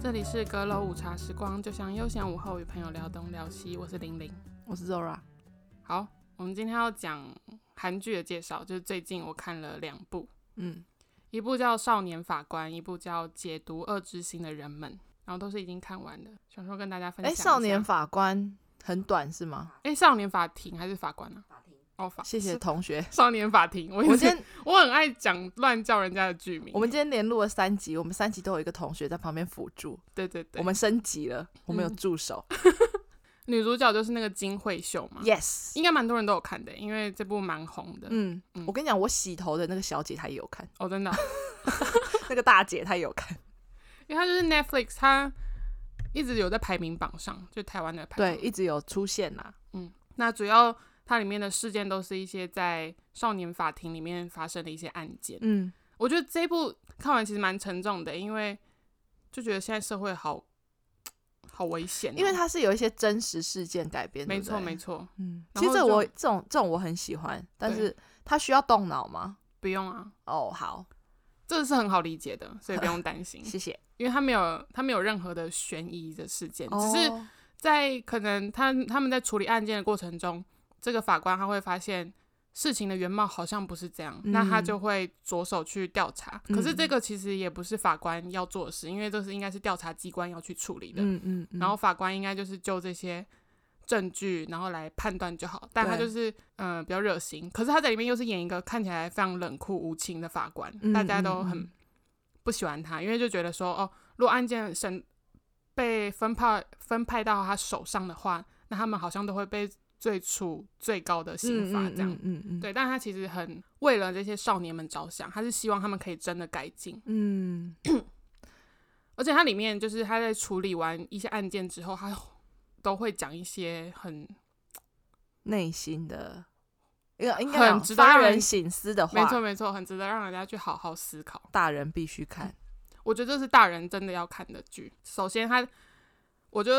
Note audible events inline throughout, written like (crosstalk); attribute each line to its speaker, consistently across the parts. Speaker 1: 这里是阁楼午茶时光，就像悠闲午后与朋友聊东聊西。我是玲玲。
Speaker 2: 我是 Zora。
Speaker 1: 好，我们今天要讲韩剧的介绍，就是最近我看了两部，
Speaker 2: 嗯，
Speaker 1: 一部叫《少年法官》，一部叫《解读恶之心的人们》，然后都是已经看完的，想说跟大家分
Speaker 2: 哎、
Speaker 1: 享一下。
Speaker 2: 少年法官很短是吗？
Speaker 1: 哎、少年法庭还是法官啊？法庭哦，法
Speaker 2: 谢谢
Speaker 1: 是
Speaker 2: 同学。
Speaker 1: 少年法庭。我
Speaker 2: (laughs) 我
Speaker 1: 我
Speaker 2: 们今天
Speaker 1: 我很爱讲乱叫人家的剧名。
Speaker 2: 我们今天连录了三集，我们三集都有一个同学在旁边辅助，
Speaker 1: 对对对，
Speaker 2: 我们升级了，我们有
Speaker 1: 嗯
Speaker 2: 助手。
Speaker 1: 女主角就是那个金惠秀嘛
Speaker 2: (laughs) yes，
Speaker 1: 应该蛮多人都有看的，因为这部蛮红的。
Speaker 2: 嗯
Speaker 1: 嗯，
Speaker 2: 我跟你讲，我洗头的那个小姐她也有看， (laughs)
Speaker 1: 哦，真的哦，
Speaker 2: 那个大姐她也有看。
Speaker 1: 因为它就是 Netflix，它一直有在排名榜上，就台湾的排
Speaker 2: (laughs) 对，
Speaker 1: 名。
Speaker 2: 一直有出现啦。
Speaker 1: 那主要它里面的事件都是一些在少年法庭里面发生的一些案件。
Speaker 2: 嗯，
Speaker 1: 我觉得这一部看完其实蛮沉重的，因为就觉得现在社会好好危险哦、
Speaker 2: 因为它是有一些真实事件改编的。
Speaker 1: 没错
Speaker 2: 对不对
Speaker 1: 没。错，
Speaker 2: 嗯，
Speaker 1: 然
Speaker 2: 其
Speaker 1: 后
Speaker 2: 实这
Speaker 1: 就
Speaker 2: 我这种这种我很喜欢，但
Speaker 1: 对
Speaker 2: 是它需要动脑吗？
Speaker 1: 不用啊，
Speaker 2: 哦，好，
Speaker 1: 这是很好理解的，所以不用担
Speaker 2: (laughs)
Speaker 1: 心，
Speaker 2: 谢谢。
Speaker 1: 因为它没有它没有任何的悬疑的事件，只是
Speaker 2: 哦
Speaker 1: 在可能他他们在处理案件的过程中，这个法官他会发现事情的原貌好像不是这样，
Speaker 2: 嗯
Speaker 1: 那他就会着手去调查。可是
Speaker 2: 嗯
Speaker 1: 这个其实也不是法官要做的事，因为这是应该是调查机关要去处理的。
Speaker 2: 嗯嗯嗯，
Speaker 1: 然后法官应该就是就这些证据，然后来判断就好。但他
Speaker 2: 对
Speaker 1: 就是嗯、呃比较热心，可是他在里面又是演一个看起来非常冷酷无情的法官，
Speaker 2: 嗯
Speaker 1: 大家都
Speaker 2: 嗯
Speaker 1: 很
Speaker 2: 嗯
Speaker 1: 不喜欢他，因为就觉得说哦，如果案件审被分派分派到他手上的话，那他们好像都会被最处最高的刑罚这样。
Speaker 2: 嗯嗯嗯，嗯，
Speaker 1: 对，但他其实很为了这些少年们着想，他是希望他们可以真的改进。
Speaker 2: 嗯，
Speaker 1: 而且它里面就是他在处理完一些案件之后，他都会讲一些很
Speaker 2: 内心的，应该应该
Speaker 1: 很
Speaker 2: 讲
Speaker 1: 值得
Speaker 2: 发
Speaker 1: 让人
Speaker 2: 人省思的
Speaker 1: 没
Speaker 2: 哦话，
Speaker 1: 错没错，很值得让人家去好好思考。
Speaker 2: 大人必须看。
Speaker 1: 我觉得这是大人真的要看的剧。首先它，我就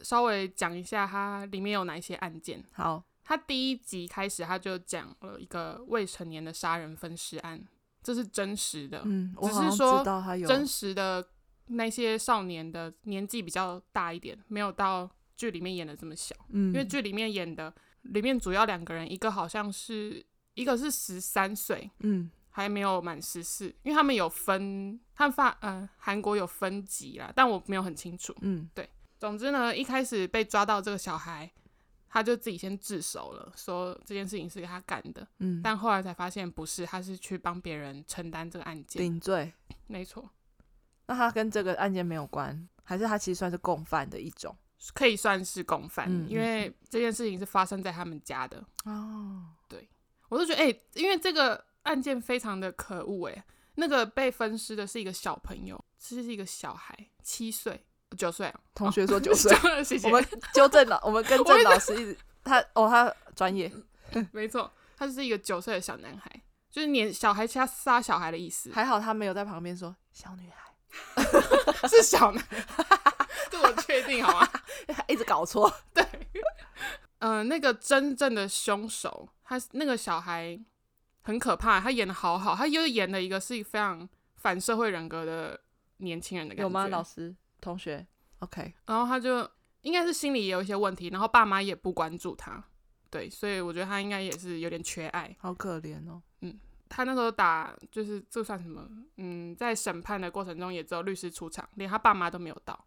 Speaker 1: 稍微讲一下它里面有哪一些案件。
Speaker 2: 好，
Speaker 1: 它第一集开始，它就讲了一个未成年的杀人分尸案，这是真实的，
Speaker 2: 嗯，我
Speaker 1: 只
Speaker 2: 好
Speaker 1: 是
Speaker 2: 像
Speaker 1: 说
Speaker 2: 知道他有
Speaker 1: 真实的那些少年的年纪比较大一点，没有到剧里面演的这么小。因
Speaker 2: 嗯，
Speaker 1: 为剧里面演的，里面主要两个人，一个好像是一个是十三岁，
Speaker 2: 嗯
Speaker 1: 还没有满十四，因为他们有分，他们发呃韩国有分级啦，但我没有很清楚。
Speaker 2: 嗯
Speaker 1: 总之呢，一开始被抓到这个小孩，他就自己先自首了，说这件事情是他干的，
Speaker 2: 嗯，
Speaker 1: 但后来才发现不是，他是去帮别人承担这个案件。
Speaker 2: 顶罪，
Speaker 1: 没错，
Speaker 2: 那他跟这个案件没有关，还是他其实算是共犯的一种
Speaker 1: 可以算是共犯，
Speaker 2: 嗯嗯
Speaker 1: 因为这件事情是发生在他们家的。
Speaker 2: 哦，
Speaker 1: 我就觉得，哎、因为这个案件非常的可恶，哎，那个被分尸的是一个小朋友，是一个小孩，七岁、九岁哦，
Speaker 2: 同学说九岁，
Speaker 1: (laughs) 谢谢。
Speaker 2: 我们纠正老，我们跟
Speaker 1: 我
Speaker 2: 郑老师一直他哦，他专业
Speaker 1: 没错，他就是一个九岁的小男孩，就是年小孩掐杀小孩的意思，
Speaker 2: 还好他没有在旁边说小
Speaker 1: (laughs)
Speaker 2: 女孩，
Speaker 1: 是小男孩，
Speaker 2: (laughs)
Speaker 1: 这我确定好吗？
Speaker 2: 一直搞错，
Speaker 1: (laughs) 对，嗯、那个真正的凶手，他那个小孩很可怕，他演的好好，他又演了一个是非常反社会人格的年轻人的感觉，
Speaker 2: 有吗？老师同学，OK，
Speaker 1: 然后他就应该是心理也有一些问题，然后爸妈也不关注他，对，所以我觉得他应该也是有点缺爱。
Speaker 2: 好可怜哦，
Speaker 1: 他那时候打就是这算什么？嗯，在审判的过程中也只有律师出场，连他爸妈都没有到，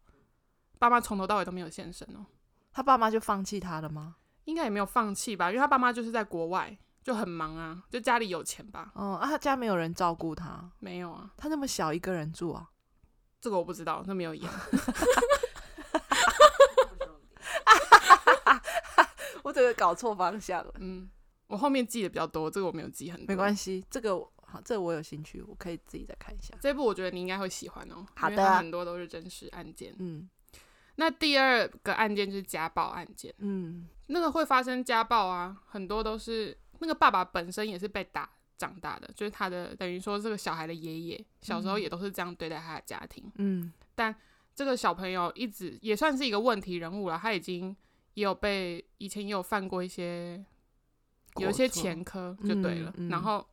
Speaker 1: 爸妈从头到尾都没有现身哦，
Speaker 2: 他爸妈就放弃他了吗？
Speaker 1: 应该也没有放弃吧，因为他爸妈就是在国外就很忙啊，就家里有钱吧？
Speaker 2: 哦，啊，他家没有人照顾他，
Speaker 1: 没有啊，
Speaker 2: 他那么小一个人住
Speaker 1: (laughs)
Speaker 2: 啊，
Speaker 1: 这个我不知道，那没有演。
Speaker 2: 我整个搞错方向了。
Speaker 1: 嗯，我后面记的比较多，这个我没有记很多。
Speaker 2: 没关
Speaker 1: 系，
Speaker 2: 系，这个我好，这个我有兴趣，我可以自己再看一下。
Speaker 1: 这部我觉得你应该会喜欢哦，
Speaker 2: 好
Speaker 1: 因为
Speaker 2: 的
Speaker 1: 它很多都是真实案件。
Speaker 2: 嗯
Speaker 1: 那第二个案件就是家暴案件，
Speaker 2: 嗯
Speaker 1: 那个会发生家暴啊，很多都是那个爸爸本身也是被打长大的，就是他的等于说这个小孩的爷爷小时候也都是这样对待他的家庭。
Speaker 2: 嗯
Speaker 1: 这个小朋友一直也算是一个问题人物了，他已经也有被以前也有犯过一些有一些
Speaker 2: 过错
Speaker 1: 前科就对了，
Speaker 2: 嗯嗯
Speaker 1: 然后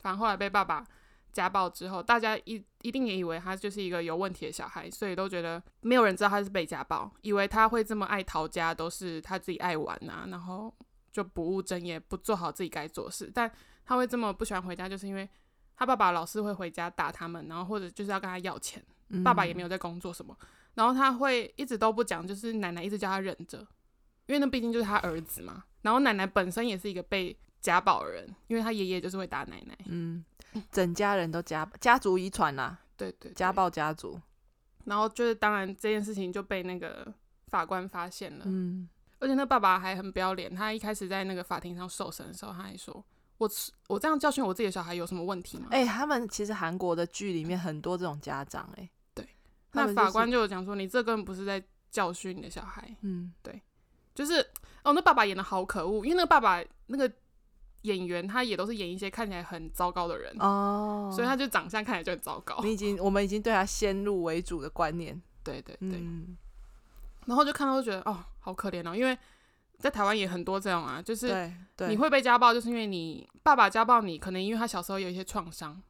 Speaker 1: 反正后来被爸爸家暴之后，大家一一定也以为他就是一个有问题的小孩，所以都觉得没有人知道他是被家暴，以为他会这么爱逃家都是他自己爱玩啊，然后就不务正业，不做好自己该做的事。但他会这么不喜欢回家，就是因为他爸爸老是会回家打他们，然后或者就是要跟他要钱。
Speaker 2: 嗯
Speaker 1: 爸爸也没有在工作什么，然后他会一直都不讲，就是奶奶一直叫他忍着，因为那毕竟就是他儿子嘛。然后奶奶本身也是一个被家暴的人，因为他爷爷就是会打奶奶。
Speaker 2: 嗯，嗯，整家人都家家族遗传啦，
Speaker 1: 对对对
Speaker 2: 家。暴家族，
Speaker 1: 然后就是当然这件事情就被那个法官发现了，
Speaker 2: 嗯，
Speaker 1: 而且那爸爸还很不要脸，他一开始在那个法庭上受审的时候，他还说：“我我这样教训我自己的小孩有什么问题吗？”
Speaker 2: 哎、他们其实韩国的剧里面很多这种家长、哎，
Speaker 1: 对
Speaker 2: 他
Speaker 1: 那
Speaker 2: 们就是，
Speaker 1: 法官就有讲说：“你这根本不是在教训你的小孩。”
Speaker 2: 嗯，
Speaker 1: 就是哦，那爸爸演的好可恶，因为那个爸爸那个演员他也都是演一些看起来很糟糕的人，
Speaker 2: 哦，
Speaker 1: 嗯所以他就长相看起来就很糟糕。
Speaker 2: 你已经我们已经对他先入为主的观念，
Speaker 1: 对对对，
Speaker 2: 嗯，
Speaker 1: 然后就看到就觉得哦，好可怜哦，因为在台湾也很多这种啊，就是
Speaker 2: 对对，
Speaker 1: 你会被家暴，就是因为你爸爸家暴你，可能因为他小时候有一些创伤。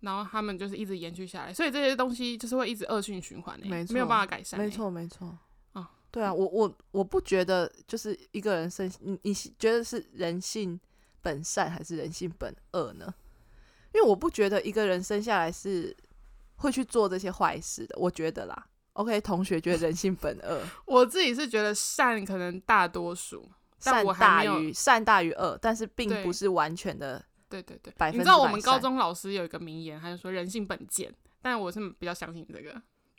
Speaker 1: 然后他们就是一直延续下来，所以这些东西就是会一直恶性循环、欸，
Speaker 2: 没错
Speaker 1: 没有办法改善、欸，
Speaker 2: 没，错，没错。
Speaker 1: 啊
Speaker 2: 对啊，我我我不觉得就是一个人生，你你是觉得是人性本善还是人性本恶呢？因为我不觉得一个人生下来是会去做这些坏事的，我觉得啦。OK，同学觉得人性本恶，
Speaker 1: 我自己是觉得善可能大多数， (laughs) 但
Speaker 2: 善
Speaker 1: 我还
Speaker 2: 大
Speaker 1: 没有
Speaker 2: 于善大于恶，但是并
Speaker 1: 对
Speaker 2: 不是完全的。
Speaker 1: 对对对
Speaker 2: 百，
Speaker 1: 你知
Speaker 2: 分之
Speaker 1: 道我
Speaker 2: 百
Speaker 1: 们高
Speaker 2: 善
Speaker 1: 中老师有一个名言，他就说人性本贱，但我是比较相信这个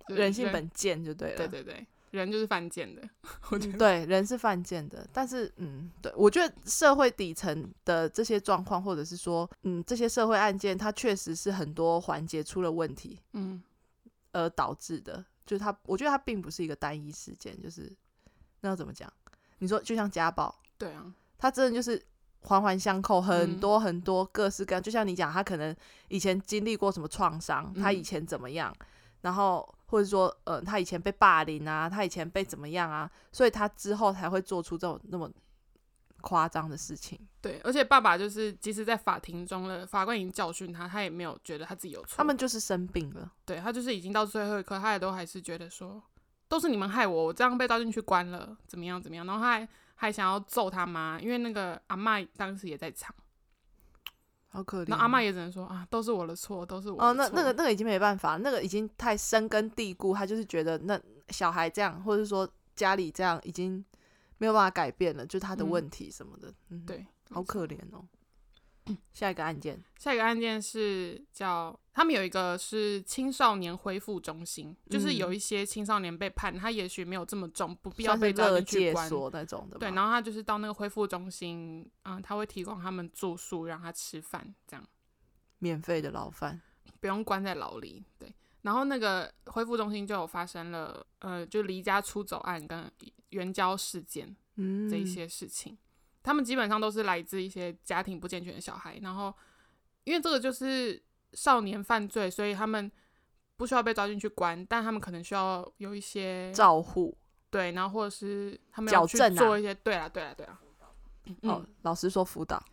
Speaker 1: 就是
Speaker 2: 人性本贱就对了。
Speaker 1: 对对对，人就是犯贱的， (laughs) 我觉
Speaker 2: 嗯
Speaker 1: 得
Speaker 2: 对，人是犯贱的，但是嗯，对我觉得社会底层的这些状况，或者是说，嗯，这些社会案件，它确实是很多环节出了问题
Speaker 1: 嗯，
Speaker 2: 而导致的。就是它，我觉得它并不是一个单一事件，就是那要怎么讲？你说就像家暴，
Speaker 1: 对啊，
Speaker 2: 它真的就是环环相扣，很
Speaker 1: 嗯
Speaker 2: 多很多各式各样。就像你讲，他可能以前经历过什么创伤，他
Speaker 1: 嗯
Speaker 2: 以前怎么样，然后或者说，呃，他以前被霸凌啊，他以前被怎么样啊，所以他之后才会做出这种那么夸张的事情。
Speaker 1: 对，而且爸爸就是即使在法庭中了，法官已经教训他，他也没有觉得他自己有错，
Speaker 2: 他们就是生病了，
Speaker 1: 对他就是已经到最后一刻，他也都还是觉得说都是你们害我，我这样被抓进去关了，怎么样怎么样，然后他还还想要揍他妈，因为那个阿嬷当时也在场，
Speaker 2: 好可怜。哦
Speaker 1: 那阿嬷也只能说啊，都是我的错，都是我的错，
Speaker 2: 哦，那那个那个已经没办法，那个已经太深根蒂固，他就是觉得那小孩这样，或者说家里这样，已经没有办法改变了，就是他的
Speaker 1: 嗯
Speaker 2: 问题什么的。嗯，
Speaker 1: 对，
Speaker 2: 好可怜哦。下一个案件，
Speaker 1: 下一个案件是叫他们有一个是青少年恢复中心，就是
Speaker 2: 嗯
Speaker 1: 有一些青少年被判，他也许没有这么重，不必要
Speaker 2: 算
Speaker 1: 被
Speaker 2: 是
Speaker 1: 抓
Speaker 2: 乐
Speaker 1: 进去
Speaker 2: 界
Speaker 1: 关。
Speaker 2: 所那种的
Speaker 1: 对，
Speaker 2: 嘛，
Speaker 1: 然后他就是到那个恢复中心，嗯，他会提供他们住宿，让他吃饭，这样
Speaker 2: 免费的牢饭，
Speaker 1: 不用关在牢里。对，然后那个恢复中心就有发生了，呃，就离家出走案跟援交事件。
Speaker 2: 嗯，
Speaker 1: 这一些事情。他们基本上都是来自一些家庭不健全的小孩，然后因为这个就是少年犯罪，所以他们不需要被抓进去关，但他们可能需要有一些
Speaker 2: 照护。
Speaker 1: 对，然后或者是他们
Speaker 2: 矫
Speaker 1: 要去
Speaker 2: 正啊
Speaker 1: 做一些，对啦，对啦，对啦。 (clears throat) 嗯
Speaker 2: 哦，老师说辅导，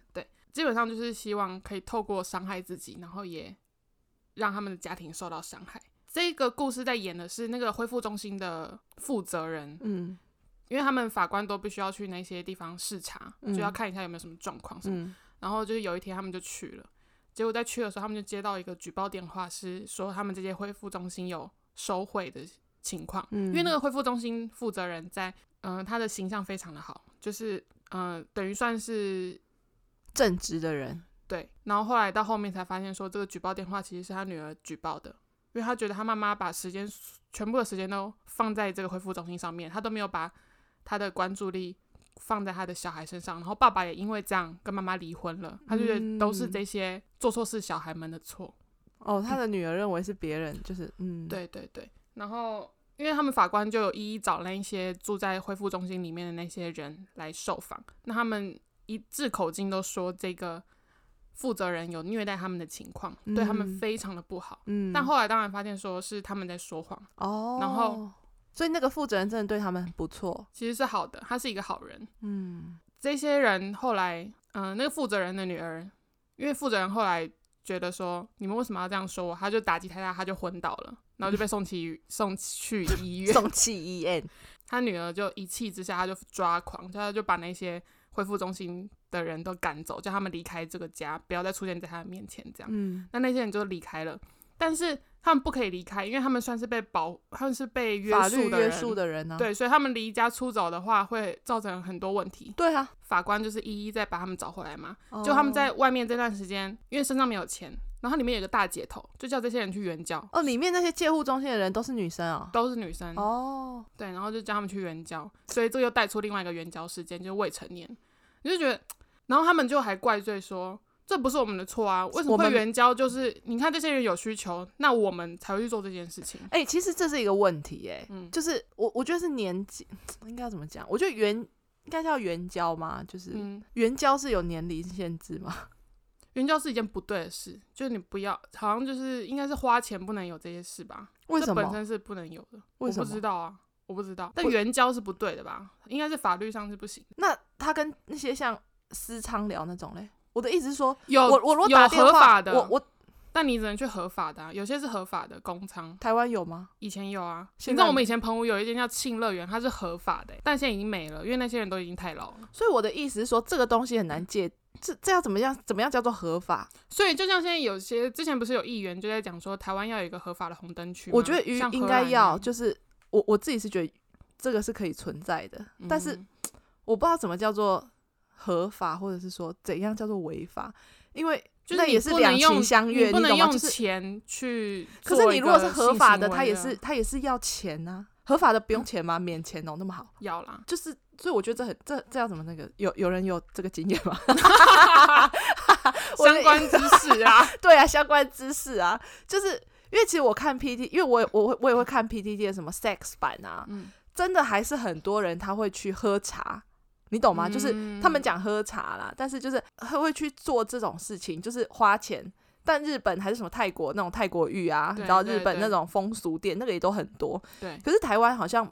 Speaker 1: 基本上就是希望可以透过伤害自己，然后也让他们的家庭受到伤害。这个故事在演的是那个恢复中心的负责人，
Speaker 2: 嗯
Speaker 1: 因为他们法官都必须要去那些地方视察，
Speaker 2: 嗯
Speaker 1: 就要看一下有没有什么状况什么的
Speaker 2: 嗯
Speaker 1: 然后就是有一天他们就去了，结果在去的时候，他们就接到一个举报电话，是说他们这些恢复中心有收贿的情况。
Speaker 2: 嗯，
Speaker 1: 因为那个恢复中心负责人在，嗯、他的形象非常的好，就是嗯、呃等于算是
Speaker 2: 正直的人，
Speaker 1: 对。然后后来到后面才发现说，这个举报电话其实是他女儿举报的，因为他觉得他妈妈把时间全部的时间都放在这个恢复中心上面，他都没有把他的关注力放在他的小孩身上，然后爸爸也因为这样跟妈妈离婚了，他就觉得都是这些做错事小孩们的错。
Speaker 2: 哦，他的女儿认为是别人，就是嗯，，
Speaker 1: 嗯对对对，然后因为他们法官就有一一找那一些住在恢复中心里面的那些人来受访，那他们一致口径都说这个负责人有虐待他们的情况，对他们
Speaker 2: 嗯
Speaker 1: 非常的不好。
Speaker 2: 嗯，
Speaker 1: 但后来当然发现说是他们在说谎，
Speaker 2: 哦，
Speaker 1: 然后，
Speaker 2: 所以那个负责人真的对他们很不错，
Speaker 1: 其实是好的，他是一个好人。
Speaker 2: 嗯
Speaker 1: 呃这些人后来，嗯、那个负责人的女儿，因为负责人后来觉得说你们为什么要这样说我，他就打击太大，他就昏倒了，然后就被送去 (laughs) 送去医院。
Speaker 2: 送气哎医
Speaker 1: (laughs)
Speaker 2: 院，
Speaker 1: 他女儿就一气之下，他就抓狂，他就把那些恢复中心的人都赶走，叫他们离开这个家，不要再出现在他的面前这样。
Speaker 2: 嗯，
Speaker 1: 那那些人就离开了，但是他们不可以离开，因为他们算是被保，他们是被约
Speaker 2: 法律
Speaker 1: 束的人，
Speaker 2: 约束的人呢、啊？
Speaker 1: 对，所以他们离家出走的话，会造成很多问题。
Speaker 2: 对啊，哦
Speaker 1: 法官就是一一再把他们找回来嘛。就他们在外面这段时间，因为身上没有钱，然后里面有个大姐头，就叫这些人去援交，
Speaker 2: 哦，里面那些介护中心的人都是女生啊、
Speaker 1: 都是女生，
Speaker 2: 哦，
Speaker 1: 对，然后就叫他们去援交，所以这又带出另外一个援交事件，就是未成年。你就觉得，然后他们就还怪罪说，这不是我们的错啊，为什么
Speaker 2: 我们
Speaker 1: 会援交？就是你看这些人有需求，那我们才会去做这件事情。
Speaker 2: 哎、其实这是一个问题、哎，
Speaker 1: 嗯
Speaker 2: 就是我我觉得是年纪，应该怎么讲？我觉得援应该叫援交吗？就是、
Speaker 1: 嗯，
Speaker 2: 援交是有年龄限制吗？ (laughs)
Speaker 1: 援交是一件不对的事，就是你不要，好像就是应该是花钱不能有这些事吧？
Speaker 2: 为什
Speaker 1: 这本
Speaker 2: 么？
Speaker 1: 身是不能有的，
Speaker 2: 为什
Speaker 1: 我不知
Speaker 2: 么？
Speaker 1: 道啊，我不知道。但
Speaker 2: 不
Speaker 1: 援交是不对的吧？应该是法律上是不行的。
Speaker 2: 那他跟那些像私娼聊那种嘞？我的意思是说，
Speaker 1: 有
Speaker 2: 我我如果
Speaker 1: 哦有
Speaker 2: 打电
Speaker 1: 合
Speaker 2: 话，
Speaker 1: 法的，
Speaker 2: 我我
Speaker 1: 但你只能去合法的、啊，有些是合法的公仓，
Speaker 2: 台湾有吗？
Speaker 1: 以前有啊。你
Speaker 2: 现
Speaker 1: 知
Speaker 2: 在
Speaker 1: 道我们以前澎湖有一间叫庆乐园，它是合法的欸、但现在已经没了，因为那些人都已经太老了。
Speaker 2: 所以我的意思是说，这个东西很难界，这这要怎么样？怎么样叫做合法？
Speaker 1: 所以就像现在有些之前不是有议员就在讲说，台湾要有一个合法的红灯区吗，
Speaker 2: 我觉得鱼
Speaker 1: 像
Speaker 2: 应
Speaker 1: 荷
Speaker 2: 该
Speaker 1: 兰
Speaker 2: 要，
Speaker 1: 一样
Speaker 2: 就是我我自己是觉得这个是可以存在的，但是
Speaker 1: 嗯
Speaker 2: 我不知道怎么叫做合法，或者是说怎样叫做违法，因为
Speaker 1: 就是
Speaker 2: 那
Speaker 1: 你
Speaker 2: 也是
Speaker 1: 不
Speaker 2: 两
Speaker 1: 能
Speaker 2: 情
Speaker 1: 用
Speaker 2: 相悦，
Speaker 1: 你不能
Speaker 2: 懂吗？
Speaker 1: 用
Speaker 2: 就是
Speaker 1: 钱去
Speaker 2: 可
Speaker 1: 做一个性行为的。啊
Speaker 2: 是你如果是合法的，它也是它也是要钱呐、合法的不用钱吗？免钱哦，那么好，
Speaker 1: 要啦。
Speaker 2: 就是所以我觉得这很这这要怎么那个有有人有这个经验吗？ (laughs) 我的
Speaker 1: 相关知识啊，
Speaker 2: 对啊，相关知识啊，就是因为其实我看 PT，因为我也我会我也会看 PTT 的什么 sex 版啊，
Speaker 1: 嗯
Speaker 2: 真的还是很多人他会去喝茶，你 (laughs) 懂吗？就是他们
Speaker 1: 嗯
Speaker 2: 讲喝茶啦，但是就是他会去做这种事情，就是花钱。但日本还是什么泰国那种泰国浴啊，
Speaker 1: 对
Speaker 2: 然后
Speaker 1: 对
Speaker 2: 日本
Speaker 1: 对
Speaker 2: 那种风俗店，那个也都很多。
Speaker 1: 对，
Speaker 2: 可是台湾好像，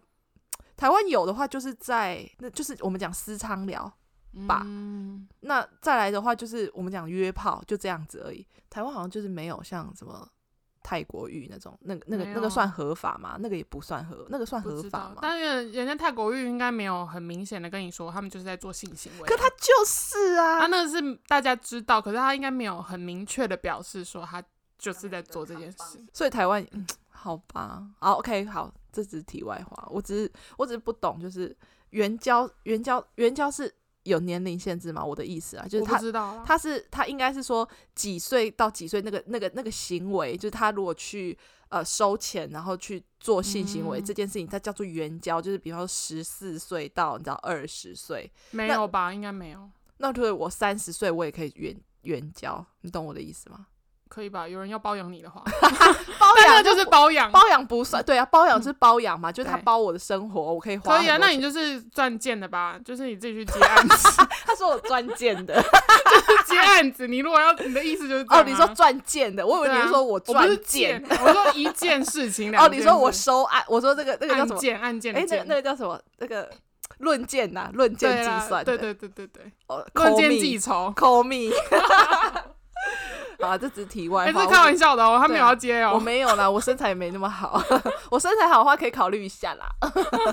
Speaker 2: 台湾有的话就是在那就是我们讲私娼聊，吧
Speaker 1: 嗯
Speaker 2: 那再来的话就是我们讲约炮，就这样子而已。台湾好像就是没有像什么泰国浴那种，那个那个
Speaker 1: 没有
Speaker 2: 那个算合法吗？那个也不算合，那个算
Speaker 1: 不
Speaker 2: 合
Speaker 1: 知
Speaker 2: 法
Speaker 1: 道
Speaker 2: 吗，？
Speaker 1: 但是人家泰国浴应该没有很明显的跟你说，他们就是在做性行为啊。
Speaker 2: 可他就是啊，
Speaker 1: 他那个是大家知道，可是他应该没有很明确的表示说他就是在做这件事。
Speaker 2: 所以台湾，嗯好吧，好，OK，好，这只是题外话，我只是我只是不懂，就是援交援交援交是有年龄限制吗？我的意思啊，就是
Speaker 1: 我不
Speaker 2: 他
Speaker 1: 知道啦，
Speaker 2: 他是他应该是说几岁到几岁那个那个那个行为，就是他如果去呃收钱，然后去做性行为、
Speaker 1: 嗯
Speaker 2: 这件事情，它叫做援交，就是比方说十四岁到你知道二十岁，
Speaker 1: 没有吧？应该没有，
Speaker 2: 那对我三十岁我也可以援援交，你懂我的意思吗？
Speaker 1: 可以吧？有人要包养你的话，
Speaker 2: 包
Speaker 1: 但那
Speaker 2: 养
Speaker 1: 个就是包养，
Speaker 2: (laughs) 包养不算，对啊，包养是包养嘛，就是他
Speaker 1: 对
Speaker 2: 包我的生活，我可以花
Speaker 1: 可
Speaker 2: 很多
Speaker 1: 以嗯
Speaker 2: 钱。
Speaker 1: 啊。那你就是赚贱的吧？就是你自己去接案子， (laughs)
Speaker 2: 他说我赚贱的
Speaker 1: 接案子。你如果要你的意思就是这样
Speaker 2: (laughs) 哦，
Speaker 1: 啊
Speaker 2: 你说赚贱的，我以为
Speaker 1: 对
Speaker 2: 你
Speaker 1: 啊
Speaker 2: 是说我
Speaker 1: 我不是
Speaker 2: 赚
Speaker 1: 贱，
Speaker 2: 贱。
Speaker 1: 我说一件事
Speaker 2: (laughs)
Speaker 1: 情。
Speaker 2: 哦，
Speaker 1: 两
Speaker 2: 你
Speaker 1: 件
Speaker 2: 说我
Speaker 1: 事
Speaker 2: 收案，我说这个那个叫
Speaker 1: 案
Speaker 2: 什么？
Speaker 1: 件案件
Speaker 2: 哎
Speaker 1: 的，
Speaker 2: 那个
Speaker 1: 件
Speaker 2: 那个叫什么？那个论剑呐，论剑
Speaker 1: 对
Speaker 2: 计
Speaker 1: 啦
Speaker 2: 算的，
Speaker 1: 对对对对对，
Speaker 2: 哦，
Speaker 1: 论件计酬。
Speaker 2: call me。啊，这只是题
Speaker 1: 哎、
Speaker 2: 外
Speaker 1: 这
Speaker 2: 话，
Speaker 1: 是开玩笑的哦，他没有
Speaker 2: 对啊
Speaker 1: 要接
Speaker 2: 我我
Speaker 1: 哦。
Speaker 2: 没有啦，我身材没那么好， (laughs) 我身材好的话可以考虑一下啦。 (laughs)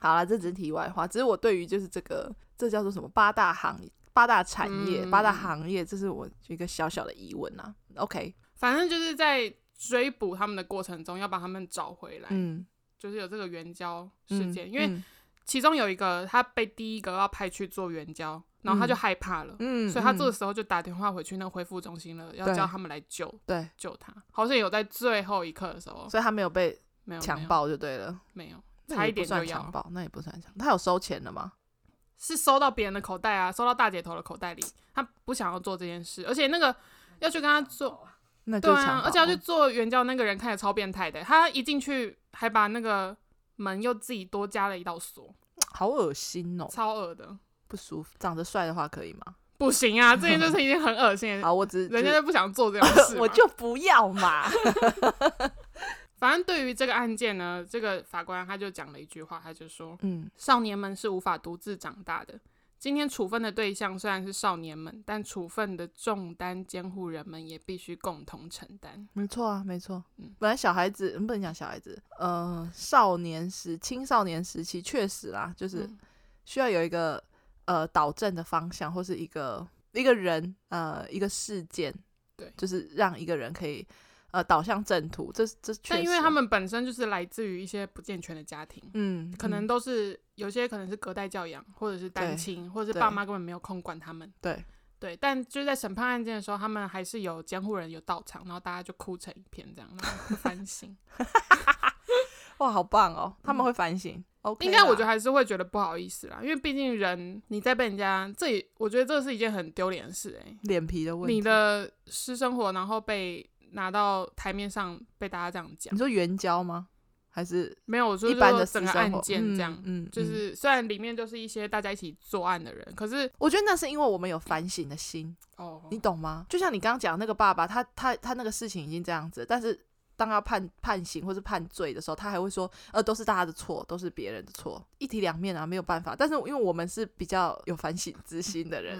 Speaker 2: 好啦，这只是题外话，只是我对于就是这个这叫做什么八大行八大产业、
Speaker 1: 嗯
Speaker 2: 八大行业，这是我一个小小的疑问啊。OK，
Speaker 1: 反正就是在追捕他们的过程中，要把他们找回来，
Speaker 2: 嗯，
Speaker 1: 就是有这个援交事件，
Speaker 2: 嗯
Speaker 1: 因为
Speaker 2: 嗯
Speaker 1: 其中有一个他被第一个要派去做援交，然后他就害怕了。
Speaker 2: 嗯，
Speaker 1: 所以他
Speaker 2: 嗯
Speaker 1: 这个时候就打电话回去那个恢复中心了，要
Speaker 2: 对
Speaker 1: 叫他们来救
Speaker 2: 对，
Speaker 1: 救他。好像有在最后一刻的时候，
Speaker 2: 所以他没有被
Speaker 1: 哦没有
Speaker 2: 强，暴就对了，
Speaker 1: 没有没有，
Speaker 2: 那
Speaker 1: 差
Speaker 2: 也
Speaker 1: 一
Speaker 2: 不
Speaker 1: 点就
Speaker 2: 算强
Speaker 1: 要，
Speaker 2: 暴，那也不算强，他有收钱了吗？
Speaker 1: 是收到别人的口袋啊，收到大姐头的口袋里，他不想要做这件事，而且那个要去跟他做，
Speaker 2: 那就
Speaker 1: 对
Speaker 2: 是哦强
Speaker 1: 啊
Speaker 2: 暴，，
Speaker 1: 而且要去做援交那个人看起来超变态的，他一进去还把那个门又自己多加了一道锁，
Speaker 2: 好恶心哦，
Speaker 1: 超恶的，
Speaker 2: 不舒服。长得帅的话可以吗？
Speaker 1: 不行
Speaker 2: (laughs)
Speaker 1: 啊，这件就是已经很恶心了，
Speaker 2: 好，我只
Speaker 1: 呃人家
Speaker 2: 只
Speaker 1: (laughs) 就不啊想做这种事嘛。
Speaker 2: (laughs) 我就不
Speaker 1: (laughs)
Speaker 2: 要嘛。 (laughs)
Speaker 1: 反正对于这个案件呢，这个法官他就讲了一句话，他就说
Speaker 2: 嗯，
Speaker 1: 少年们是无法独自长大的。今天处分的对象虽然是少年们，但处分的重担监护人们也必须共同承担。
Speaker 2: 没错啊，没错。
Speaker 1: 嗯
Speaker 2: 本来小孩子嗯不能讲小孩子，呃，少年时、青少年时期确实啦，就是
Speaker 1: 嗯
Speaker 2: 需要有一个呃导正的方向，或是一个一个人呃一个事件，
Speaker 1: 对
Speaker 2: 就是让一个人可以呃导向正途。这这确实啊，
Speaker 1: 但因为他们本身就是来自于一些不健全的家庭，
Speaker 2: 嗯，
Speaker 1: 可能
Speaker 2: 嗯
Speaker 1: 都是有些可能是隔代教养，或者是单
Speaker 2: 对
Speaker 1: 亲，或者是
Speaker 2: 对
Speaker 1: 爸妈根本没有空管他们。
Speaker 2: 对
Speaker 1: 对，但就是在审判案件的时候，他们还是有监护人有到场，然后大家就哭成一片，这样，然后就反
Speaker 2: (laughs)
Speaker 1: 省。
Speaker 2: 哇，好棒哦，他们会反省。OK，
Speaker 1: 嗯应该我觉
Speaker 2: 啦
Speaker 1: 得还是会觉得不好意思啦，因为毕竟人你在被人家这也，我觉得这是一件很丢脸的事哎、
Speaker 2: 脸皮的问题。
Speaker 1: 你的私生活然后被拿到台面上被大家这样讲
Speaker 2: 你，说援交吗？还是
Speaker 1: 没有，我说
Speaker 2: 嗯一
Speaker 1: 就是
Speaker 2: 般的
Speaker 1: 说
Speaker 2: 私
Speaker 1: 整个
Speaker 2: 生活
Speaker 1: 案件这样，
Speaker 2: 嗯，嗯
Speaker 1: 就
Speaker 2: 嗯
Speaker 1: 是虽然里面就是一些大家一起作案的人，可是
Speaker 2: 我觉得那是因为我们有反省的心，
Speaker 1: 哦，
Speaker 2: 你懂吗？就像你刚刚讲的那个爸爸，他他他那个事情已经这样子，但是当他判判刑或是判罪的时候，他还会说，呃，都是大家的错，都是别人的错，一体两面啊，没有办法。但是因为我们是比较有反省之心的人，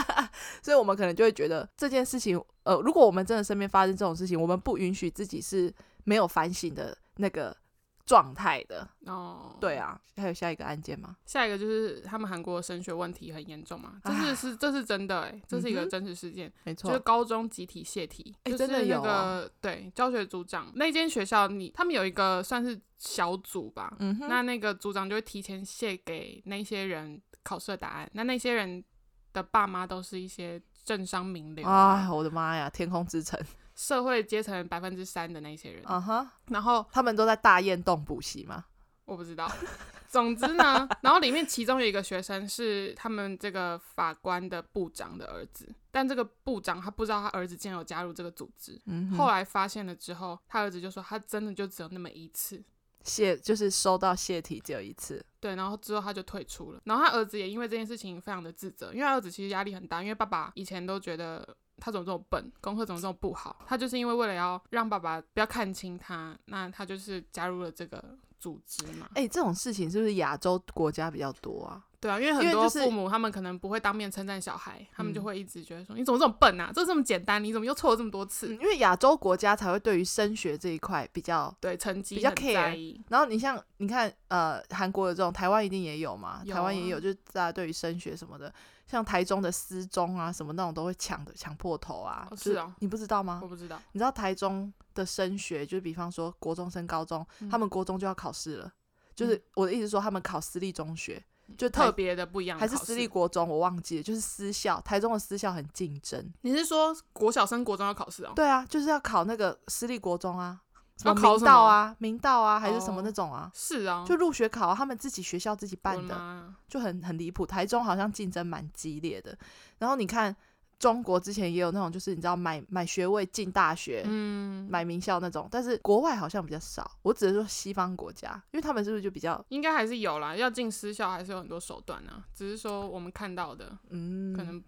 Speaker 2: (laughs) 所以我们可能就会觉得这件事情，呃，如果我们真的身边发生这种事情，我们不允许自己是没有反省的那个状态的。
Speaker 1: 哦，
Speaker 2: 对。啊，还有下一个案件吗？
Speaker 1: 下一个就是他们韩国的升学问题很严重嘛，这是
Speaker 2: 唉
Speaker 1: 是这是真的哎、这是一
Speaker 2: 嗯
Speaker 1: 个
Speaker 2: 哼
Speaker 1: 真实事件。
Speaker 2: 没
Speaker 1: 就是
Speaker 2: 错，
Speaker 1: 高中集体泄题，
Speaker 2: 诶
Speaker 1: 就
Speaker 2: 真的
Speaker 1: 是那
Speaker 2: 有
Speaker 1: 个、
Speaker 2: 哦
Speaker 1: 对教学组长那间学校你，他们有一个算是小组吧，
Speaker 2: 嗯哼，
Speaker 1: 那那个组长就会提前泄给那些人考试的答案，那那些人的爸妈都是一些政商名流啊、
Speaker 2: 哎，我的妈呀，天空之城
Speaker 1: 社会阶层百分之三的那些人，
Speaker 2: 啊哈，
Speaker 1: 然后
Speaker 2: 他们都在大雁洞补习吗？
Speaker 1: 我不知道。总之呢，然后里面其中有一个学生是他们这个法官的部长的儿子，但这个部长他不知道他儿子竟然有加入这个组织，
Speaker 2: 嗯
Speaker 1: 后
Speaker 2: 来
Speaker 1: 来发现了之后，他儿子就说他真的就只有那么一次，
Speaker 2: 泄就是收到泄题只有一次，
Speaker 1: 对，然后之后他就退出了。然后他儿子也因为这件事情非常的自责，因为他儿子其实压力很大，因为爸爸以前都觉得他怎么这么笨，功课怎么这么不好，他就是因为为了要让爸爸不要看清他，那他就是加入了这个组织嘛。
Speaker 2: 哎、这种事情是不是亚洲国家比较多啊？
Speaker 1: 对啊，因为
Speaker 2: 因
Speaker 1: 很
Speaker 2: 为
Speaker 1: 多
Speaker 2: 就是
Speaker 1: 父母他们可能不会当面称赞小孩，他们就
Speaker 2: 嗯
Speaker 1: 会一直觉得说、你怎么这么笨啊，这这么简单，你怎么又错了这么多次？
Speaker 2: 嗯，因为亚洲国家才会对于升学这一块比较。
Speaker 1: 对，成绩
Speaker 2: 比较
Speaker 1: 很在
Speaker 2: care
Speaker 1: 意。
Speaker 2: 然后你像你看，呃，韩国有这种，台湾一定也有嘛，
Speaker 1: 有
Speaker 2: 台湾也有，
Speaker 1: 啊
Speaker 2: 就是大家对于升学什么的，像台中的私中啊，什么那种都会抢的抢破头啊。
Speaker 1: 哦
Speaker 2: 就是
Speaker 1: 哦
Speaker 2: 你不知道吗
Speaker 1: 我？不知道，
Speaker 2: 你知道台中的升学，就是比方说国中升高中，他
Speaker 1: 嗯
Speaker 2: 们国中就要考试了。就是
Speaker 1: 嗯
Speaker 2: 我的意思说，他们考私立中学，嗯就台
Speaker 1: 特别的不一样的
Speaker 2: 还是
Speaker 1: 考试
Speaker 2: 私立国中，我忘记了，就是私校，台中的私校很竞争。
Speaker 1: 你是说国小升国中要考试哦？
Speaker 2: 对啊，就是要考那个私立国中啊，什
Speaker 1: 要哦
Speaker 2: 么
Speaker 1: 考
Speaker 2: 明
Speaker 1: 什
Speaker 2: 道
Speaker 1: 么
Speaker 2: 啊、明道啊，还是什么
Speaker 1: 哦
Speaker 2: 那种啊，
Speaker 1: 是啊，
Speaker 2: 就入学考啊、他们自己学校自己办
Speaker 1: 我
Speaker 2: 的，
Speaker 1: 妈呀
Speaker 2: 就很很离谱。台中好像竞争蛮激烈的。然后你看，中国之前也有那种，就是你知道买买学位进大学。
Speaker 1: 嗯，
Speaker 2: 买名校那种，但是国外好像比较少。我只是说西方国家，因为他们是不是就比较
Speaker 1: 应该还是有啦，要进私校还是有很多手段啊，只是说我们看到的
Speaker 2: 嗯，
Speaker 1: 可能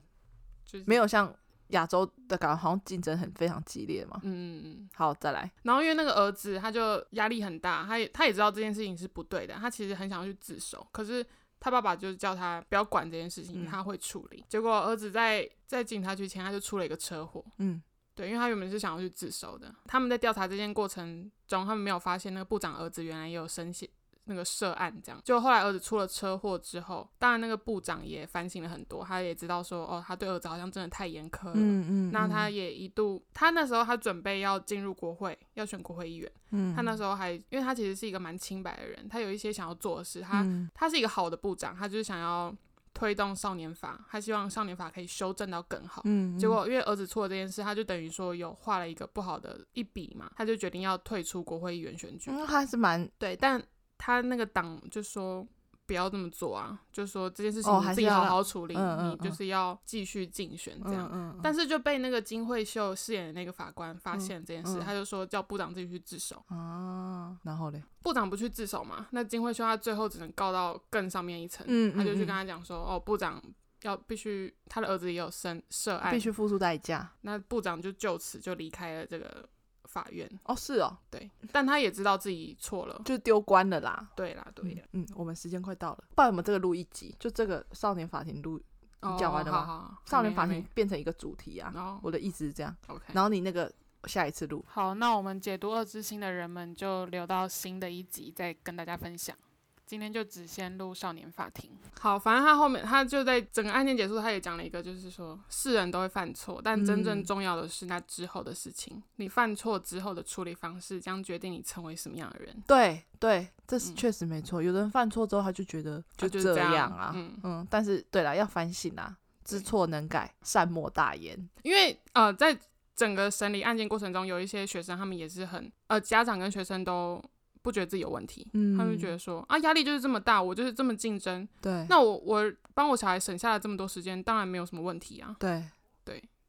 Speaker 1: 就是
Speaker 2: 没
Speaker 1: 有，
Speaker 2: 有像亚洲的感觉，好像竞争很非常激烈嘛。
Speaker 1: 嗯，
Speaker 2: 好，再来。
Speaker 1: 然后因为那个儿子他就压力很大，他也他也知道这件事情是不对的，他其实很想要去自首，可是。他爸爸就是叫他不要管这件事情，
Speaker 2: 嗯
Speaker 1: 他会处理。结果儿子在在警察局前，他就出了一个车祸，
Speaker 2: 嗯，
Speaker 1: 对，因为他原本是想要去自首的。他们在调查这件过程中，他们没有发现那个部长儿子原来也有深陷那个涉案，这样。就后来儿子出了车祸之后，当然那个部长也反省了很多，他也知道说，哦，他对儿子好像真的太严苛了。
Speaker 2: 嗯
Speaker 1: 呃那他也一度，他那时候他准备要进入国会，要选国会议员。
Speaker 2: 嗯
Speaker 1: 他那时候还，因为他其实是一个蛮清白的人，他有一些想要做的事，他、
Speaker 2: 嗯
Speaker 1: 他是一个好的部长，他就是想要推动少年法，他希望少年法可以修正到更好。
Speaker 2: 嗯
Speaker 1: 结果因为儿子错了这件事，他就等于说有画了一个不好的一笔嘛，他就决定要退出国会议员选举。
Speaker 2: 嗯，他还是蛮
Speaker 1: 对，但他那个党就说不要这么做啊，就说这件事
Speaker 2: 哦
Speaker 1: 情你
Speaker 2: 还是
Speaker 1: 自己
Speaker 2: 要
Speaker 1: 好
Speaker 2: 让
Speaker 1: 好处理，
Speaker 2: 嗯嗯
Speaker 1: 你就是要继续竞选这样。
Speaker 2: 嗯
Speaker 1: 但是就被那个金惠秀饰演的那个法官发
Speaker 2: 嗯
Speaker 1: 现这件事，
Speaker 2: 嗯
Speaker 1: 他就说叫部长自己去自首。
Speaker 2: 啊，然后嘞，
Speaker 1: 部长不去自首嘛，那金惠秀他最后只能告到更上面一层，
Speaker 2: 嗯
Speaker 1: 他就去
Speaker 2: 嗯嗯
Speaker 1: 跟他讲说，哦，部长要必须他的儿子也有涉涉案，
Speaker 2: 必须付出代价。
Speaker 1: 那部长就就此就离开了这个法院，
Speaker 2: 哦，是哦，
Speaker 1: 对，但他也知道自己错了。
Speaker 2: 就丢官了啦。
Speaker 1: 对啦，对啦，
Speaker 2: 嗯，我们时间快到了，不然我们这个录一集，就这个少年法庭录，
Speaker 1: 哦
Speaker 2: 嗯你讲完了
Speaker 1: 好
Speaker 2: 吗
Speaker 1: 好好
Speaker 2: 少年法
Speaker 1: 还没
Speaker 2: 庭变成一个主题啊
Speaker 1: 还。没然后
Speaker 2: 我的意思是这样，
Speaker 1: 哎哦 OK，
Speaker 2: 然后你那个下一次录，
Speaker 3: 好，那我们解读二之心的人们就留到新的一集再跟大家分享。今天就只先录少年法庭。
Speaker 1: 好，反正他后面他就在整个案件结束，他也讲了一个，就是说世人都会犯错，但真正
Speaker 2: 嗯
Speaker 1: 重要的是那之后的事情。你犯错之后的处理方式将决定你成为什么样的人。
Speaker 2: 对对，这是
Speaker 1: 嗯
Speaker 2: 确实没错。有的人犯错之后，他就觉得
Speaker 1: 啊就是
Speaker 2: 这
Speaker 1: 这样
Speaker 2: 啊，
Speaker 1: 嗯
Speaker 2: 但是对啦，要反省啊，知错能改，善莫大焉。
Speaker 1: 因为呃，在整个审理案件过程中，有一些学生他们也是很呃，家长跟学生都不觉得自己有问题，
Speaker 2: 嗯
Speaker 1: 他们就觉得说啊，压力就是这么大，我就是这么竞争，
Speaker 2: 对，
Speaker 1: 那我我帮我小孩省下了这么多时间，当然没有什么问题啊，
Speaker 2: 对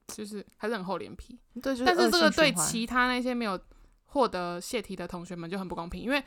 Speaker 1: 就是还是很厚脸皮。
Speaker 2: 对，就
Speaker 1: 但是这
Speaker 2: 恶
Speaker 1: 个
Speaker 2: 性
Speaker 1: 对
Speaker 2: 循环
Speaker 1: 其他那些没有获得泄题的同学们就很不公平，因为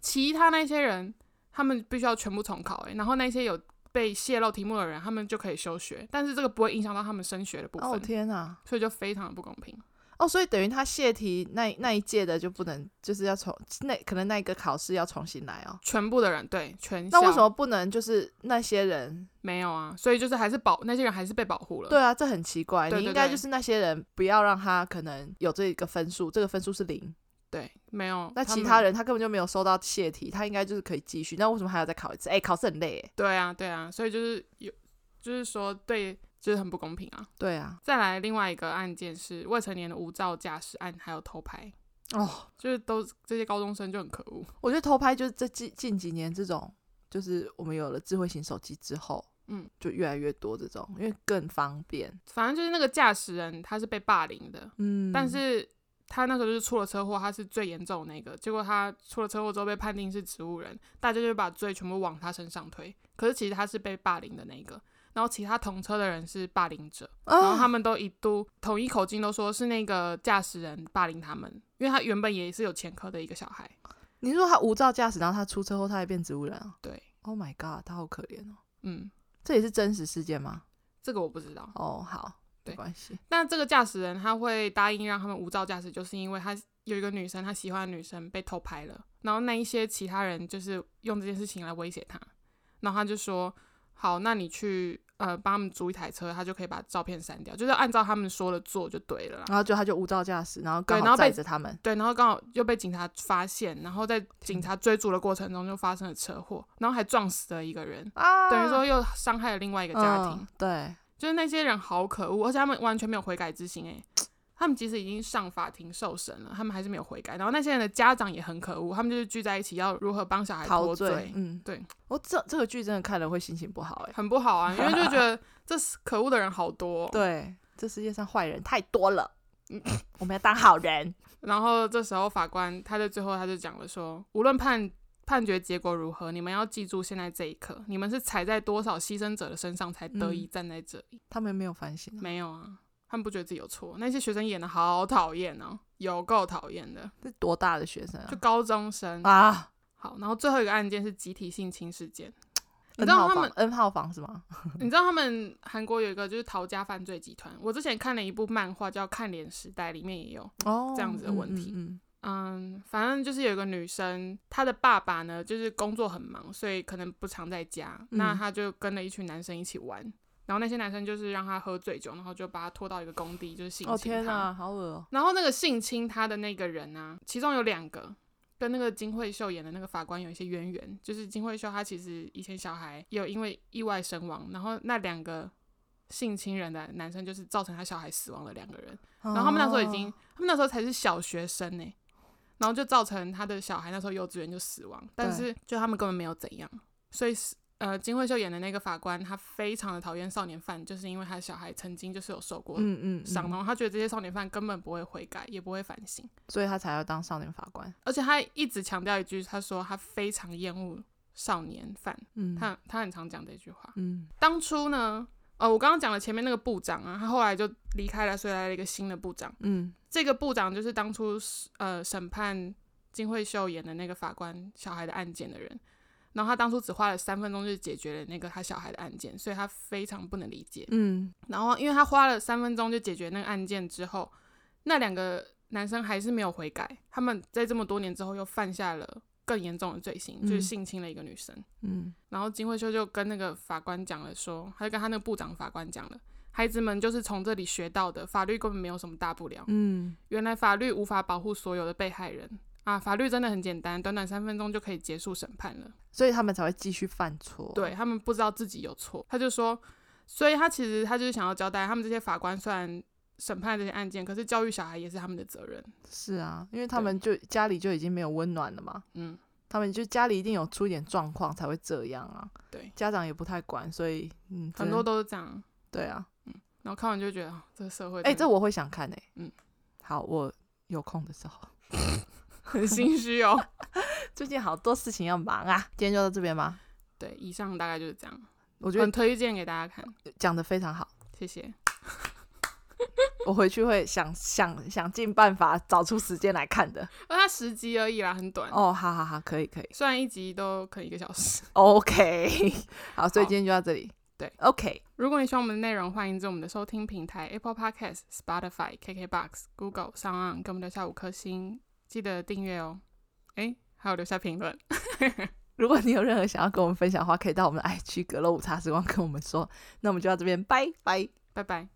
Speaker 1: 其他那些人他们必须要全部重考、欸，然后那些有被泄露题目的人，他们就可以休学，但是这个不会影响到他们升学的部分，
Speaker 2: 哦天啊，
Speaker 1: 所以就非常的不公平。
Speaker 2: 哦，所以等于他泄题那那一届的就不能，就是要重那可能那一个考试要重新来哦。
Speaker 1: 全部的人对全校
Speaker 2: 那为什么不能就是那些人？
Speaker 1: 没有啊？所以就是还是保那些人还是被保护了。
Speaker 2: 对啊，这很奇怪。
Speaker 1: 呃对
Speaker 2: 你
Speaker 1: 对
Speaker 2: 应该
Speaker 1: 对
Speaker 2: 就是那些人，不要让他可能有这个分数，这个分数是零。
Speaker 1: 对，没有。
Speaker 2: 那其
Speaker 1: 哦们
Speaker 2: 他人他根本就没有收到泄题，他应该就是可以继续。那为什么还要再考一次？哎、考试很累哎。
Speaker 1: 对啊，对啊，所以就是有，就是说对，就是很不公平啊。
Speaker 2: 对啊，
Speaker 1: 再来另外一个案件是未成年的无照驾驶案，还有偷拍，
Speaker 2: 哦，
Speaker 1: 就是都这些高中生就很可恶。
Speaker 2: 我觉得偷拍就是这近近几年这种，就是我们有了智慧型手机之后，
Speaker 1: 嗯，
Speaker 2: 就越来越多这种，因为更方便。
Speaker 1: 反正就是那个驾驶人他是被霸凌的，
Speaker 2: 嗯
Speaker 1: 但是他那时候就是出了车祸，他是最严重的那个。结果他出了车祸之后被判定是植物人，大家就把罪全部往他身上推。可是其实他是被霸凌的那个，然后其他同车的人是霸凌者，然后
Speaker 2: 啊，
Speaker 1: 他们都一度统一口径都说是那个驾驶人霸凌他们，因为他原本也是有前科的一个小孩。
Speaker 2: 你说他无照驾驶，然后他出车祸，他也变植物人啊
Speaker 1: 对，
Speaker 2: ？Oh my god，他好可怜哦。
Speaker 1: 嗯，
Speaker 2: 这也是真实事件吗？
Speaker 1: 这个我不知道。
Speaker 2: 哦，好，没
Speaker 1: 对
Speaker 2: 关系。
Speaker 1: 那这个驾驶人他会答应让他们无照驾驶，就是因为他有一个女生，他喜欢的女生被偷拍了，然后那一些其他人就是用这件事情来威胁他，然后他就说：“好，那你去呃帮他们租一台车，他就可以把照片删掉，就是按照他们说的做就对了啦。”
Speaker 2: 然后就他就无照驾驶，然后刚
Speaker 1: 啊对然
Speaker 2: 好
Speaker 1: 后被
Speaker 2: 载着他们。
Speaker 1: 对，然后刚好又被警察发现，然后
Speaker 2: 嗯
Speaker 1: 在警察追逐的过程中就发生了车祸，然后还撞死了一个人，
Speaker 2: 啊，
Speaker 1: 等于说又伤害了另外一个家庭。
Speaker 2: 嗯对，
Speaker 1: 就是那些人好可恶，而且他们完全没有悔改之心诶、欸他们即使已经上法庭受审了，他们还是没有悔改。然后那些人的家长也很可恶，他们就是聚在一起要如何帮小孩
Speaker 2: 陶
Speaker 1: 脱
Speaker 2: 醉
Speaker 1: 罪，，
Speaker 2: 嗯，
Speaker 1: 对，
Speaker 2: 我这这个剧真的看了会心情不好哎、
Speaker 1: 很不好啊，因为就觉得 (laughs) 这可恶的人好多、
Speaker 2: (laughs)
Speaker 1: 哦。
Speaker 2: 对，这世界上坏人太多了，
Speaker 1: 嗯
Speaker 2: 我们要当好人。
Speaker 1: 然后这时候法官他在最后他就讲了说，无论判判决结果如何，你们要记住现在这一刻，你们是踩在多少牺牲者的身上才得以站在这里。
Speaker 2: 他们没有反省啊，
Speaker 1: 没有啊，他们不觉得自己有错。那些学生演的好讨厌哦，有够讨厌嗯的，
Speaker 2: 这多大的学生啊
Speaker 1: 就！高中生。
Speaker 2: 啊，
Speaker 1: 好，然后最后一个案件是集体性侵事件。你知
Speaker 2: n
Speaker 1: 道
Speaker 2: 号
Speaker 1: 他
Speaker 2: 房
Speaker 1: 们，
Speaker 2: N 号房是吗？
Speaker 1: (laughs) 你知道他们韩国有一个就是逃家犯罪集团。我之前看了一部漫画叫《看脸时代》，里面也有。
Speaker 2: 哦，
Speaker 1: 这样子的
Speaker 2: 嗯
Speaker 1: 问题
Speaker 2: 嗯嗯
Speaker 1: 嗯，反正就是有一个女生，她的爸爸呢，就是工作很忙，所以可能不常在家。那
Speaker 2: 嗯
Speaker 1: 她就跟了一群男生一起玩，然后那些男生就是让她喝醉酒，然后就把她拖到一个工地，就是性
Speaker 2: 哦
Speaker 1: 侵
Speaker 2: 天
Speaker 1: 她。
Speaker 2: 哪，好恶哦、
Speaker 1: 然后那个性侵她的那个人啊，其中有两个跟那个金惠秀演的那个法官有一些渊源，就是金惠秀她其实以前小孩也有因为意外身亡，然后那两个性侵人的男生就是造成她小孩死亡的两个人，然后他们那时候已
Speaker 2: 哦
Speaker 1: 经，他们那时候才是小学生呢、然后就造成他的小孩那时候幼稚园就死亡，但是就他们根本没有怎样，所以是呃金惠秀演的那个法官，他非常的讨厌少年犯，就是因为他的小孩曾经就是有受过
Speaker 2: 嗯嗯嗯
Speaker 1: 伤，然后他觉得这些少年犯根本不会悔改，也不会反省，
Speaker 2: 所以他才要当少年法官。
Speaker 1: 而且他一直强调一句，他说他非常厌恶少年犯，
Speaker 2: 嗯，
Speaker 1: 他他很常讲这句话。
Speaker 2: 嗯
Speaker 1: 当初呢，呃，我刚刚讲了前面那个部长啊，他后来就离开了，所以来了一个新的部长。
Speaker 2: 嗯
Speaker 1: 这个部长就是当初呃审判金惠秀演的那个法官小孩的案件的人，然后他当初只花了三分钟就解决了那个他小孩的案件，所以他非常不能理解。
Speaker 2: 嗯，
Speaker 1: 然后因为他花了三分钟就解决那个案件之后，那两个男生还是没有悔改，他们在这么多年之后又犯下了更严重的罪行，就是
Speaker 2: 嗯
Speaker 1: 性侵了一个女生。
Speaker 2: 嗯
Speaker 1: 然后金惠秀就跟那个法官讲了说，他就跟他那个部长法官讲了，孩子们就是从这里学到的，法律根本没有什么大不了。
Speaker 2: 嗯
Speaker 1: 原来法律无法保护所有的被害人啊，法律真的很简单，短短三分钟就可以结束审判了。
Speaker 2: 所以他们才会继续犯错。
Speaker 1: 对，他们不知道自己有错，他就说，所以他其实他就是想要交代，他们这些法官虽然审判这些案件，可是教育小孩也是他们的责任。
Speaker 2: 是啊，因为他们就家里就已经没有温暖了嘛，
Speaker 1: 嗯，
Speaker 2: 他们就家里一定有出一点状况才会这样啊。
Speaker 1: 对，
Speaker 2: 家长也不太管，所以嗯，只
Speaker 1: 很
Speaker 2: 能
Speaker 1: 多都是这样。
Speaker 2: 对啊。
Speaker 1: 然后看完就觉得，哦、这个社会
Speaker 2: 哎、
Speaker 1: 真的
Speaker 2: 这我会想看哎、
Speaker 1: 嗯
Speaker 2: 嗯，好，我有空的时候。
Speaker 1: 很心虚哦。 (laughs)
Speaker 2: 最近好多事情要忙啊，今天就到这边吧。
Speaker 1: 对，以上大概就是这样，
Speaker 2: 我觉
Speaker 1: 很
Speaker 2: 得
Speaker 1: 推荐给大家看，
Speaker 2: 讲的非常好，
Speaker 1: 谢谢。
Speaker 2: 我回去会想想想尽办法找出时间来看的。
Speaker 1: 而它十集而已啦，很短，
Speaker 2: 哦，好好好，可以可以
Speaker 1: 虽然一集都可能一个小时。
Speaker 2: ，OK，好，所以
Speaker 1: 好
Speaker 2: 今天就到这里。
Speaker 1: 对
Speaker 2: ，OK，
Speaker 1: 如果你喜欢我们的内容，欢迎至我们的收听平台 Apple Podcast、Spotify、KKBox、Google 上岸，给我们留下五颗星，记得订阅哦。哎，还有留下评论。 (laughs)
Speaker 2: 如果你有任何想要跟我们分享的话，可以到我们的 IG 阁楼午茶时光跟我们说。那我们就到这边，拜拜。
Speaker 1: 拜拜。